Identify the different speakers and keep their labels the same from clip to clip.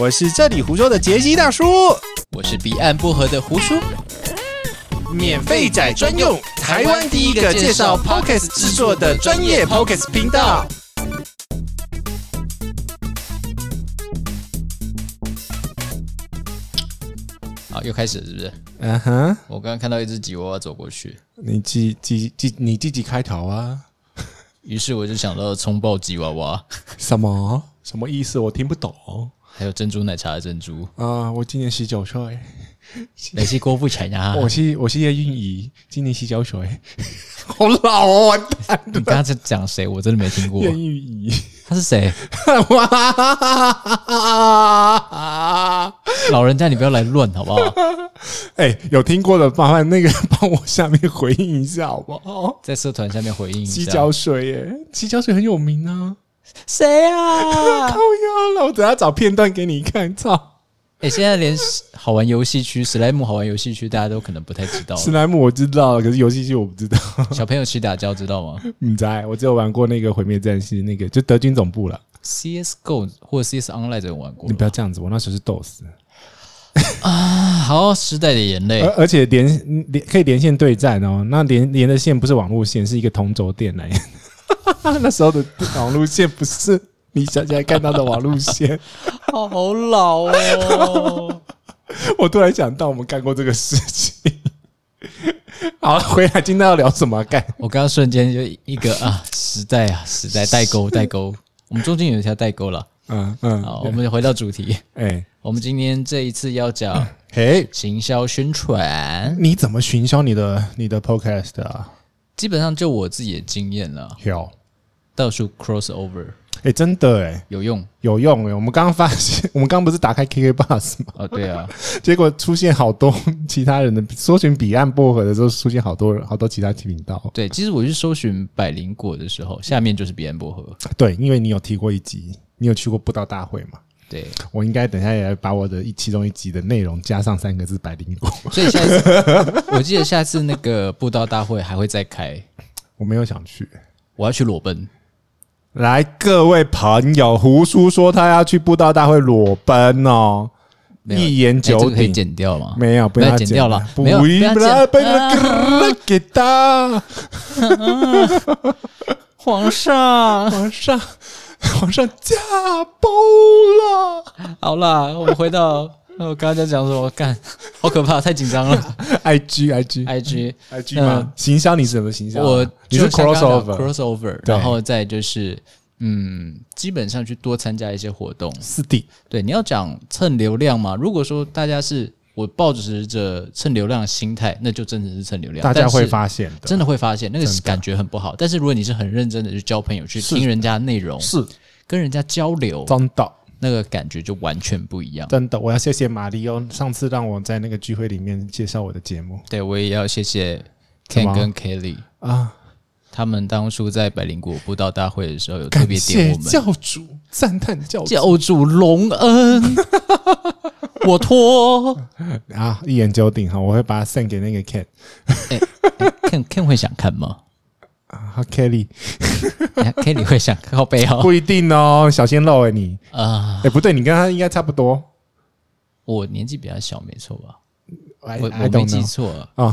Speaker 1: 我是这里胡说的杰西大叔，
Speaker 2: 我是彼岸薄荷的胡叔，
Speaker 1: 免费仔专用，台湾第一个介绍 Podcast 制作的专业 Podcast 频道。
Speaker 2: 好，啊又开始了是不是？
Speaker 1: 嗯哼，
Speaker 2: 我刚刚看到一只吉娃娃走过去，
Speaker 1: 你自自自你自己开头啊？
Speaker 2: 于是我就想到冲爆吉娃娃，
Speaker 1: 什么什么意思？我听不懂
Speaker 2: 还有珍珠奶茶的珍珠。
Speaker 1: 啊！我今年十九岁，
Speaker 2: 你是郭富城啊？
Speaker 1: 我是我是叶蕴仪，今年十九岁， 好老哦，完蛋！
Speaker 2: 你刚才讲谁？我真的没听过
Speaker 1: 叶，蕴仪，
Speaker 2: 他是谁？
Speaker 1: 哇！
Speaker 2: 老人家，你不要来乱好不好？
Speaker 1: 哎、有听过的，麻烦那个帮我下面回应一下，好不好？
Speaker 2: 在社团下面回应一
Speaker 1: 七
Speaker 2: 下
Speaker 1: 角。水耶，七角水很有名啊！
Speaker 2: 谁
Speaker 1: 靠
Speaker 2: 啊？
Speaker 1: 腰了，我等下找片段给你看。操，
Speaker 2: 哎、现在连好玩游戏区、史莱姆好玩游戏区，大家都可能不太知道了。
Speaker 1: 史莱姆我知道，可是游戏机我不知道。
Speaker 2: 小朋友起打交知道吗
Speaker 1: 你在我只有玩过那个毁灭战士，那个就德军总部了。
Speaker 2: ？CS:GO 或者 CS Online 都有玩过
Speaker 1: 你。不要这样子，我那时候是斗士，
Speaker 2: 好，时代的眼泪
Speaker 1: 而。而且连连可以连线对战哦。那连连的线不是网路线，是一个同轴电缆。 那时候的网路线不是你想起来看到的网路 线。
Speaker 2: 哦，好老哦！
Speaker 1: 我突然想到，我们干过这个事情。 好，回来今天要聊什么？干
Speaker 2: 我刚刚瞬间就一个啊，时代啊，时代代沟代沟。我们中间有一条代沟 了。
Speaker 1: 嗯嗯，
Speaker 2: 好，我们回到主题。
Speaker 1: 哎、
Speaker 2: 我们今天这一次要讲
Speaker 1: 嘿，
Speaker 2: 行销宣传，
Speaker 1: 你怎么寻销你的你的 podcast 啊？
Speaker 2: 基本上就我自己的经验了，
Speaker 1: 有，
Speaker 2: 到处 crossover
Speaker 1: 哎、真的哎、
Speaker 2: 有用
Speaker 1: 有用哎、我们刚刚发现，我们刚刚不是打开 KK Bus 吗？
Speaker 2: 哦，对 啊，
Speaker 1: 结果出现好多其他人的搜寻彼岸薄荷的时候，出现好多人，好多其他频道。
Speaker 2: 对，其实我去搜寻百灵果的时候，下面就是彼岸薄荷，
Speaker 1: 对，因为你有提过一集，你有去过布道大会嘛？
Speaker 2: 对，
Speaker 1: 我应该等一下也来把我的一其中一集的内容加上三个字“百灵果
Speaker 2: 所以下一次我记得下次那个布道大会还会再开，”，
Speaker 1: 我没有想去、
Speaker 2: 我要去裸奔，
Speaker 1: 来，各位朋友，胡叔说他要去布道大会裸奔哦，
Speaker 2: 没有
Speaker 1: 一言
Speaker 2: 哎这
Speaker 1: 九
Speaker 2: 个可以
Speaker 1: 鼎。
Speaker 2: 剪掉吗？
Speaker 1: 没有，不
Speaker 2: 不
Speaker 1: 要
Speaker 2: 要剪掉啊了
Speaker 1: 不
Speaker 2: 没有不要
Speaker 1: 要
Speaker 2: 剪
Speaker 1: 被给他
Speaker 2: 皇上，
Speaker 1: 皇上， 皇上驾崩了，
Speaker 2: 好啦，我们回到呃我刚刚在讲什么？干， 好可怕，太紧张 了。
Speaker 1: IG IG
Speaker 2: IG，
Speaker 1: IG 吗？行销你是什么行销啊？
Speaker 2: 哎我
Speaker 1: 你是
Speaker 2: 就像刚刚讲
Speaker 1: crossover
Speaker 2: crossover，
Speaker 1: 对
Speaker 2: 然后再就是嗯，基本上去多参加一些活动。
Speaker 1: 四 D
Speaker 2: 对，你要讲蹭流量嘛？如果说大家是我抱持着蹭流量的心态，那就真的是蹭流量，
Speaker 1: 大
Speaker 2: 啊
Speaker 1: 家
Speaker 2: 但是
Speaker 1: 会发现的，
Speaker 2: 真的会发现那个感觉很不好。但是如果你是很认真的去交朋友，去
Speaker 1: 是
Speaker 2: 听人家的内容，
Speaker 1: 是
Speaker 2: 跟人家交流，
Speaker 1: 真的。
Speaker 2: 那个感觉就完全不一样。
Speaker 1: 真的，我要谢谢马里奥，上次让我在那个聚会里面介绍我的节目
Speaker 2: 对我也要谢谢
Speaker 1: 什么
Speaker 2: Ken 跟 Kelly。
Speaker 1: 啊，
Speaker 2: 他们当初在百灵果布道大会的时候，有特
Speaker 1: 感
Speaker 2: 别点
Speaker 1: 谢
Speaker 2: 我们
Speaker 1: 教主，赞叹教主
Speaker 2: 教主隆恩， 我托
Speaker 1: 啊！一言九鼎哈，我会把它 send 给那个 Ken
Speaker 2: 看看会想看吗
Speaker 1: 啊 Kelly，
Speaker 2: 哎？Kelly 会想靠背哦。
Speaker 1: 不一定哦，小鲜肉哎你，
Speaker 2: 啊、
Speaker 1: 哎、不对，你跟他应该差不多，
Speaker 2: 我年纪比较小，没错吧？
Speaker 1: I,
Speaker 2: 我我
Speaker 1: I
Speaker 2: 没
Speaker 1: don't
Speaker 2: 记
Speaker 1: know
Speaker 2: 错啊。
Speaker 1: 啊、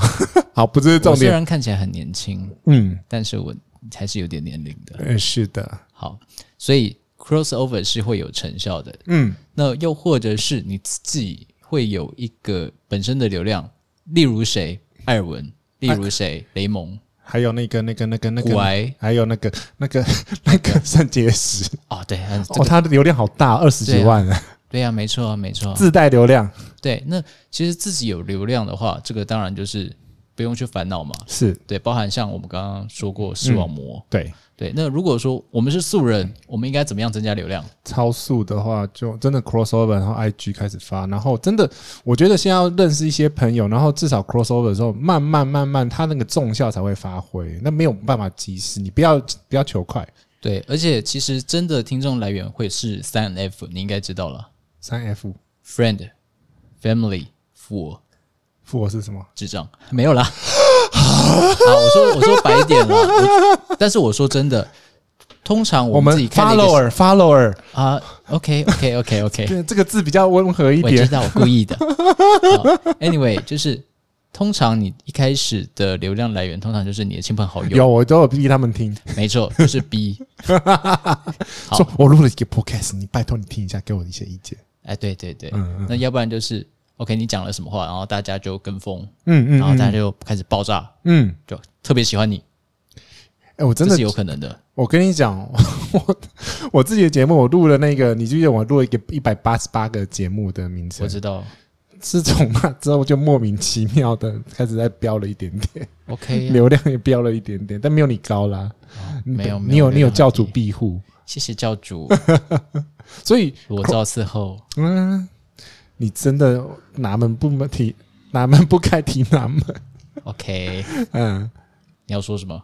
Speaker 1: 好，不这是
Speaker 2: 我
Speaker 1: 重
Speaker 2: 虽
Speaker 1: 点，
Speaker 2: 然看起来很年轻，
Speaker 1: 嗯，
Speaker 2: 但是我还是有点年龄的。
Speaker 1: 呃，是的，
Speaker 2: 好，所以 crossover 是会有成效的。
Speaker 1: 嗯，
Speaker 2: 那又或者是你自己会有一个本身的流量，例如谁，艾尔文，例如谁，雷蒙，
Speaker 1: 还有那个那个那个哎那
Speaker 2: 古
Speaker 1: 个，
Speaker 2: 埃
Speaker 1: 还有那个那个 那个肾结石，
Speaker 2: 啊，对，啊这
Speaker 1: 哦，他的流量好大，二十几万啊，
Speaker 2: 对啊，没错啊，没错啊，
Speaker 1: 自带流量
Speaker 2: 对。那其实自己有流量的话，这个当然就是不用去烦恼嘛。
Speaker 1: 是
Speaker 2: 对，包含像我们刚刚说过视网膜，
Speaker 1: 对。
Speaker 2: 对。那如果说我们是素人，我们应该怎么样增加流量？
Speaker 1: 超速的话，就真的 crossover，然后 IG 开始发，然后真的，我觉得先要认识一些朋友，然后至少 crossover 的时候，慢慢慢慢，他那个重效才会发挥，那没有办法及时，你不要不要求快。
Speaker 2: 对，而且其实真的听众来源会是三 F，你应该知道了
Speaker 1: 三 F
Speaker 2: ，friend、family、for
Speaker 1: 复活是什么？
Speaker 2: 智障，没有啦。 好，我说我说白一点啦，我但是我说真的，通常
Speaker 1: 我
Speaker 2: 们
Speaker 1: 们
Speaker 2: 自己看的一个
Speaker 1: follower follower
Speaker 2: 啊，OK OK OK OK，
Speaker 1: 对这个字比较温和 一
Speaker 2: 我知
Speaker 1: 点，
Speaker 2: 道，我故意的。好 anyway，就是通常你一开始的流量来源，通常就是你的亲朋好友。
Speaker 1: 有我都有逼他们听，
Speaker 2: 没错，就是 B。好
Speaker 1: 说我录了一个 podcast，你拜托你听一下，给我一些意见。
Speaker 2: 哎，对对对，
Speaker 1: 嗯
Speaker 2: 那要不然就是 OK，你讲了什么话，然后大家就跟风，
Speaker 1: 嗯嗯，
Speaker 2: 然后大家
Speaker 1: 家
Speaker 2: 就开始爆炸，
Speaker 1: 嗯，
Speaker 2: 就特别喜欢你，
Speaker 1: 哎、我真
Speaker 2: 这
Speaker 1: 的
Speaker 2: 是有可能的。
Speaker 1: 我跟你讲， 我我自己的节目，我录了那个，你记不记得我录了一个一百八十八个节目的名
Speaker 2: 我
Speaker 1: 称？
Speaker 2: 知道
Speaker 1: 自从那之后，就莫名其妙的开始在飙了一点 点，
Speaker 2: ，OK，啊
Speaker 1: 流量也飙了一点点，但没有你高啦。
Speaker 2: 哦
Speaker 1: 你
Speaker 2: 没有，没
Speaker 1: 你有你有教主
Speaker 2: 没有
Speaker 1: 庇护，
Speaker 2: 谢谢教主，
Speaker 1: 所以
Speaker 2: 裸照伺候。
Speaker 1: 嗯，你真的哪门不门提哪门不该提哪门，
Speaker 2: OK，
Speaker 1: 嗯。
Speaker 2: 你要说什么？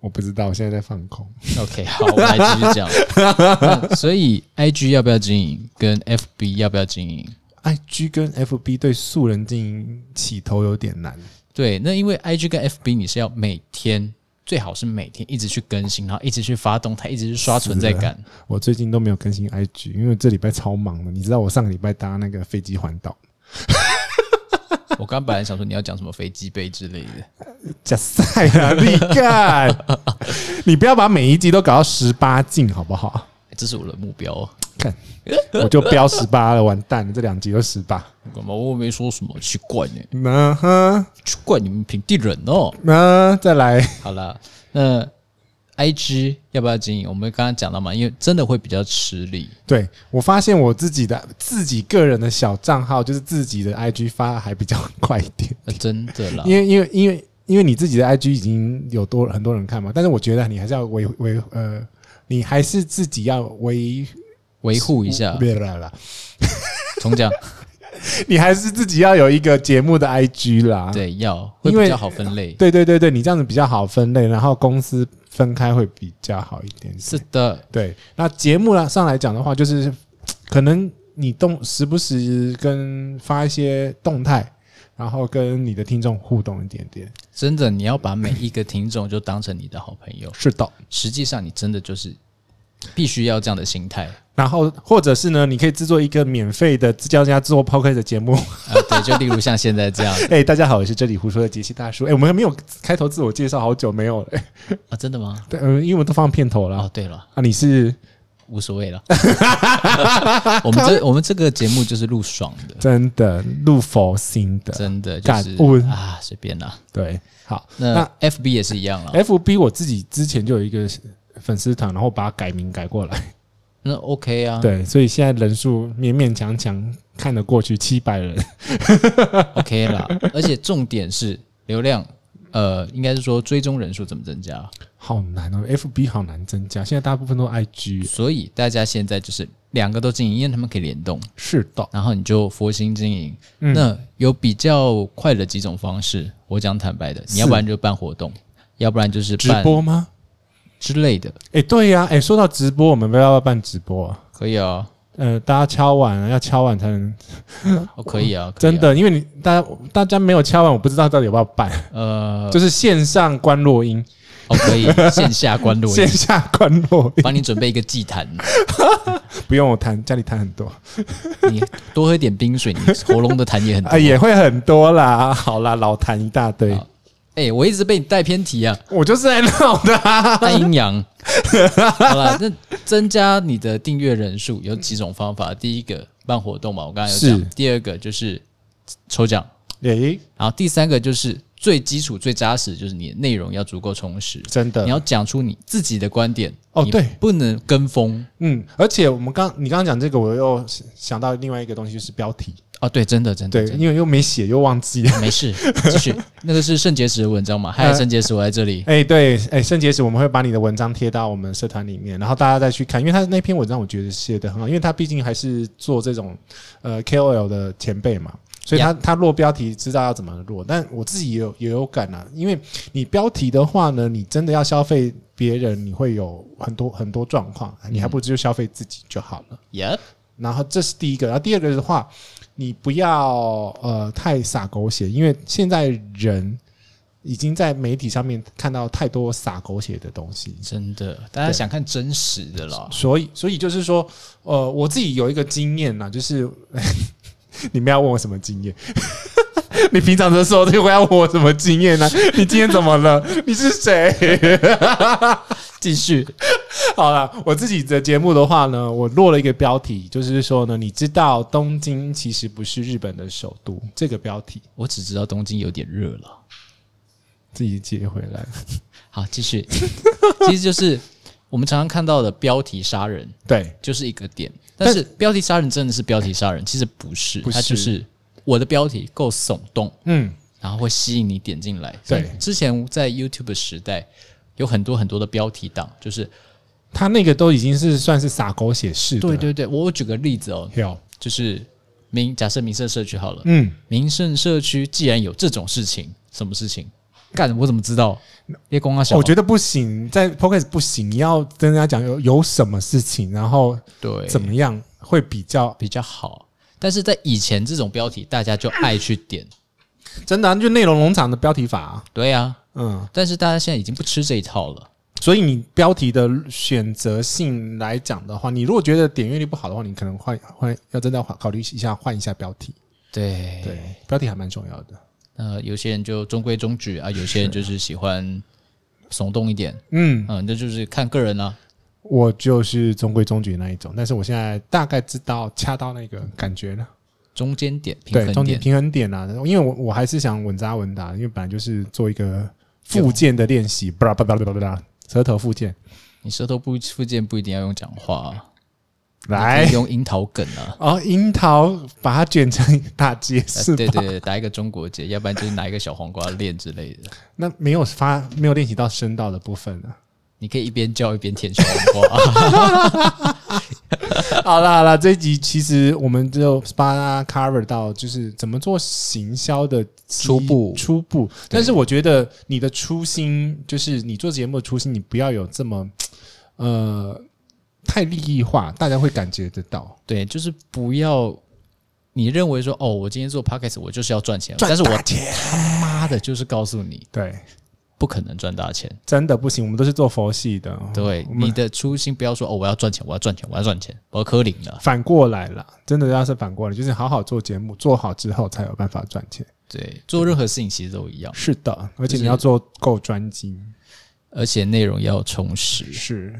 Speaker 1: 我不知道，我现在在放空。
Speaker 2: OK，好，我来继续讲。 那所以，IG 要不要经营，跟 FB 要不要经营？
Speaker 1: IG 跟 FB 对素人经营起头有点难，
Speaker 2: 对，那因为 IG 跟 FB 你是要每天，最好是每天一直去更新，然后一直去发动态，一直去刷存在感。
Speaker 1: 我最近都没有更新 IG，因为这礼拜超忙的。你知道我上个礼拜搭那个飞机环岛，
Speaker 2: 我刚本来想说你要讲什么飞机杯之类的，
Speaker 1: 假赛啊，力干！ 你不要把每一集都搞到十八禁好不好？
Speaker 2: 哎这是我的目标哦。
Speaker 1: 看，我就标十八了，完蛋了，这两集都十八。
Speaker 2: 干嘛？我没说什么，奇怪呢，
Speaker 1: 那哼，
Speaker 2: 奇怪你们平地人哦。
Speaker 1: 那再来，
Speaker 2: 好啦，那 IG 要不要经营？我们刚刚讲到嘛，因为真的会比较吃力。
Speaker 1: 对我发现我自己的自己个人的小账号，就是自己的 IG 发还比较快一点。
Speaker 2: 呃真的啦，
Speaker 1: 因为因为因为因为你自己的 IG 已经有多很多人看嘛，但是我觉得你还是要维维呃，你还是自己要维
Speaker 2: 维护一下，
Speaker 1: 别啦啦，
Speaker 2: 重讲。
Speaker 1: 你还是自己要有一个节目的 IG 啦。
Speaker 2: 对，要会
Speaker 1: 因为
Speaker 2: 比较好分类。
Speaker 1: 对对对对，你这样子比较好分类，然后公司分开会比较好一点。
Speaker 2: 是的，
Speaker 1: 对，那节目啦上来讲的话，就是可能你动时不时跟发一些动态，然后跟你的听众互动一点点。
Speaker 2: 真的，你要把每一个听众就当成你的好朋友。
Speaker 1: 是的。
Speaker 2: 实际上，你真的就是必须要这样的心态啊、
Speaker 1: 然后或者是呢，你可以制作一个免费的教大家做 podcast 的 节目。
Speaker 2: 啊对，就例如像现在这样
Speaker 1: 哎、大家好，我是这里胡说的杰西大叔。哎、我们还没有开头自我介绍，好久没有了。哎
Speaker 2: 啊，真的吗？
Speaker 1: 对，嗯，因为我都放片头了
Speaker 2: 哦，。对了，
Speaker 1: 啊，你是
Speaker 2: 无所谓了。我们这我们这个节目就是录爽的，
Speaker 1: 真的录佛心的，
Speaker 2: 真的就
Speaker 1: 感
Speaker 2: 是
Speaker 1: 悟
Speaker 2: 啊，随便啦。
Speaker 1: 对。好，
Speaker 2: 那 FB 也是一样了。
Speaker 1: F B 我自己之前就有一个粉丝团，然后把它改名改过来。
Speaker 2: 那 OK 啊，
Speaker 1: 对，所以现在人数勉勉强强看得过去，七百人。
Speaker 2: ，OK 啦。而且重点是流量，呃，应该是说追踪人数怎么增加。
Speaker 1: 好难哦，F B 好难增加，现在大部分都 I G。
Speaker 2: 所以大家现在就是两个都经营，因为他们可以联动，
Speaker 1: 是的，
Speaker 2: 然后你就佛心经营。
Speaker 1: 嗯
Speaker 2: 那有比较快的几种方式，我讲坦白的，
Speaker 1: 是
Speaker 2: 你要不然就办活动，要不然就是
Speaker 1: 直
Speaker 2: 办
Speaker 1: 播吗？
Speaker 2: 之类的，
Speaker 1: 哎、对呀、哎、说到直播，我们要不要办直播、啊？
Speaker 2: 可以啊，
Speaker 1: 呃，大家敲碗啊，要敲碗才能
Speaker 2: 哦，可以啊，可以啊
Speaker 1: 真，的，因为你大家大家没有敲碗，我不知道到底有没有办，
Speaker 2: 呃，
Speaker 1: 就是线上观落音，
Speaker 2: 哦，可以线下关录音
Speaker 1: 线，下观落音，
Speaker 2: 帮你准备一个祭坛，
Speaker 1: 不用我弹，家里弹很多，
Speaker 2: 你多喝一点冰水，你喉咙的痰也很多
Speaker 1: 啊，。也会很多啦，好啦，老弹一大堆
Speaker 2: 好，哎，我一直被你带偏题啊，
Speaker 1: 我就是在闹的、啊，
Speaker 2: 带阴阳。好了，那增加你的订阅人数有几种方法？第一个办活动嘛，我刚才有
Speaker 1: 是
Speaker 2: 讲；第二个就是抽奖，
Speaker 1: 诶、
Speaker 2: 然后第三个就是最基础、最扎实，就是你的内容要足够充实，
Speaker 1: 真
Speaker 2: 你
Speaker 1: 的，
Speaker 2: 要讲出你自己的观点。
Speaker 1: 哦
Speaker 2: 你
Speaker 1: 对
Speaker 2: 不能跟风
Speaker 1: 嗯，而且我们刚你刚刚讲这个，我又想到另外一个东西，就是标题，
Speaker 2: 哦，对，真的，真的，
Speaker 1: 对，
Speaker 2: 真的
Speaker 1: 因为又没写又忘记了，
Speaker 2: 没事，继 续。那个是肾结石的文章嘛？嗨，
Speaker 1: 呃
Speaker 2: 肾结石，我在这 里。
Speaker 1: 哎、对，哎、圣洁时我们会把你的文章贴到我们社团里面，然后大家再去看，因为他那篇文章我觉得写的很好，因为他毕竟还是做这种呃 KOL 的前辈嘛，所以他他落标题知道要怎么落，但我自己也有也有感啊，因为你标题的话呢，你真的要消费别人，你会有很多很多状况，你还不如就消费自己就好了。
Speaker 2: Yep，
Speaker 1: 然后这是第一个，然后第二个的话，你不要呃太撒狗血，因为现在人已经在媒体上面看到太多撒狗血的东西，
Speaker 2: 真的，大家
Speaker 1: 对
Speaker 2: 想看真实的啦。
Speaker 1: 所以，所以就是说，呃，我自己有一个经验啊呐，就是 你们要问我什么经验？ 你平常的时候就会要问我什么经验呢、啊你今天怎么了？你是谁？
Speaker 2: 继续，
Speaker 1: 好了，我自己的节目的话呢，我落了一个标题，就是说呢，你知道东京其实不是日本的首都这个标题，
Speaker 2: 我只知道东京有点热了。
Speaker 1: 自己接回来。
Speaker 2: 好，继续。 其实就是我们常常看到的标题杀人，
Speaker 1: 对，
Speaker 2: 就是一个点。但是标题杀人真的是标题杀人，其实不是，
Speaker 1: 不
Speaker 2: 它就是是我的标题够耸动，
Speaker 1: 嗯，
Speaker 2: 然后会吸引你点进来。所
Speaker 1: 对
Speaker 2: 以之前在 YouTube 时代有很多很多的标题党，就是
Speaker 1: 他那个都已经是算是撒狗血式的，
Speaker 2: 对对对，我我举个例子哦，
Speaker 1: 有，
Speaker 2: 就是民假设民生社区好了，
Speaker 1: 嗯，
Speaker 2: 民盛社区既然有这种事情，什么事情？干，我怎么知道？叶公啊，小，
Speaker 1: 我觉得不行，在 p o c a s t 不行，你要跟人家讲有有什么事情，然后
Speaker 2: 对
Speaker 1: 怎么样会比较
Speaker 2: 比较好。但是在以前这种标题，大家就爱去点，
Speaker 1: 真的、啊，就内容农场的标题法、啊，
Speaker 2: 对啊。
Speaker 1: 嗯，
Speaker 2: 但是大家现在已经不吃这一套了，
Speaker 1: 所以你标题的选择性来讲的话，你如果觉得点阅率不好的话，你可能换换要真的要考虑一下换一下标题，
Speaker 2: 对。
Speaker 1: 对，标题还蛮重要的，
Speaker 2: 那有些人就中规中矩啊，有些人就是喜欢耸动一点，
Speaker 1: 嗯，
Speaker 2: 嗯，那就是看个人啊啦、
Speaker 1: 我就是中规中矩那一种，但是我现在大概知道掐到那个感觉了。
Speaker 2: 中间点、平
Speaker 1: 对，
Speaker 2: 衡
Speaker 1: 中间
Speaker 2: 点，
Speaker 1: 平衡点啊，因为我我还是想稳扎稳打，因为本来就是做一个附件的练习，巴拉巴拉巴拉巴拉，舌头附件
Speaker 2: 你舌头不附件不一定要用讲话、啊，你可
Speaker 1: 来
Speaker 2: 以用樱桃梗啊，
Speaker 1: 哦，樱桃把它卷成一大 截
Speaker 2: 啊
Speaker 1: 是吧？
Speaker 2: 对对对，打一个中国结，要不然就是拿一个小黄瓜链之类的。
Speaker 1: 那没有发没有练习到声道的部分啊了。
Speaker 2: 你可以一边叫一边舔小黄瓜。啊
Speaker 1: 好啦好啦，这一集其实我们就把它 cover 到，就是怎么做行销的基
Speaker 2: 初步
Speaker 1: 初步。但是我觉得你的初心，就是你做节目的初心，你不要有这么呃太利益化，大家会感觉得到。
Speaker 2: 对，就是不要你认为说哦，我今天做 podcast 我就是要赚钱，
Speaker 1: 赚
Speaker 2: 但是
Speaker 1: 大
Speaker 2: 我
Speaker 1: 钱
Speaker 2: 他妈的就是告诉你
Speaker 1: 对，
Speaker 2: 不可能赚大钱。
Speaker 1: 真的不行，我们都是做佛系的。
Speaker 2: 对，
Speaker 1: 哦我
Speaker 2: 你
Speaker 1: 们
Speaker 2: 的初心不要说哦，我要赚钱，我要赚钱，我要赚钱，我要科林了。
Speaker 1: 反过来了，真的要是反过来，就是好好做节目，做好之后才有办法赚钱。
Speaker 2: 对，做任何事情其实都一样，
Speaker 1: 是的，而且
Speaker 2: 就是
Speaker 1: 你要做够专精，
Speaker 2: 而且内容要充实，
Speaker 1: 是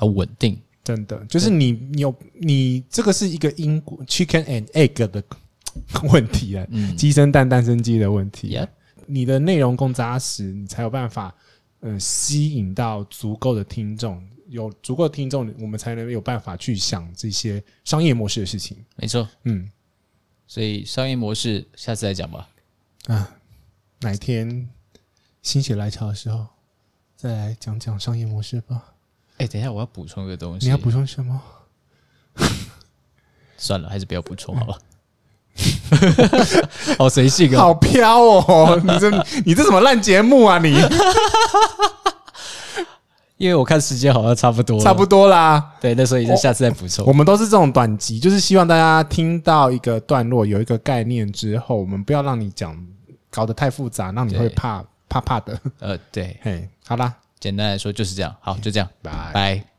Speaker 2: 要稳定。
Speaker 1: 真的，就是你你有你这个是一个因果 chicken and egg 的 问题啊，
Speaker 2: 嗯，
Speaker 1: 鸡生蛋，蛋生鸡的问题。
Speaker 2: Yeah
Speaker 1: 你的内容够扎实，你才有办法呃吸引到足够的听众，有足够的听众，我们才能有办法去想这些商业模式的事情。
Speaker 2: 没错。
Speaker 1: 嗯，
Speaker 2: 所以商业模式下次再讲吧。
Speaker 1: 哪天心血来潮的时候，再来讲讲商业模式吧。
Speaker 2: 哎，等一下，我要补充一个东西。
Speaker 1: 你要补充什么？
Speaker 2: 算了，还是不要补
Speaker 1: 嗯
Speaker 2: 充好了。 好随性啊！
Speaker 1: 好飘哦！你这 你这什么烂节目啊！你
Speaker 2: 因为我看时间好像差不多了，
Speaker 1: 差不多啦。
Speaker 2: 对，那所以就下次再补充。
Speaker 1: 我们都是这种短集，就是希望大家听到一个段落，有一个概念之后，我们不要让你讲搞得太复杂，让你会
Speaker 2: 对
Speaker 1: 怕怕怕的。
Speaker 2: 呃，对，
Speaker 1: 嘿，好啦，
Speaker 2: 简单来说就是这样。好，就这样，
Speaker 1: 拜。
Speaker 2: 拜。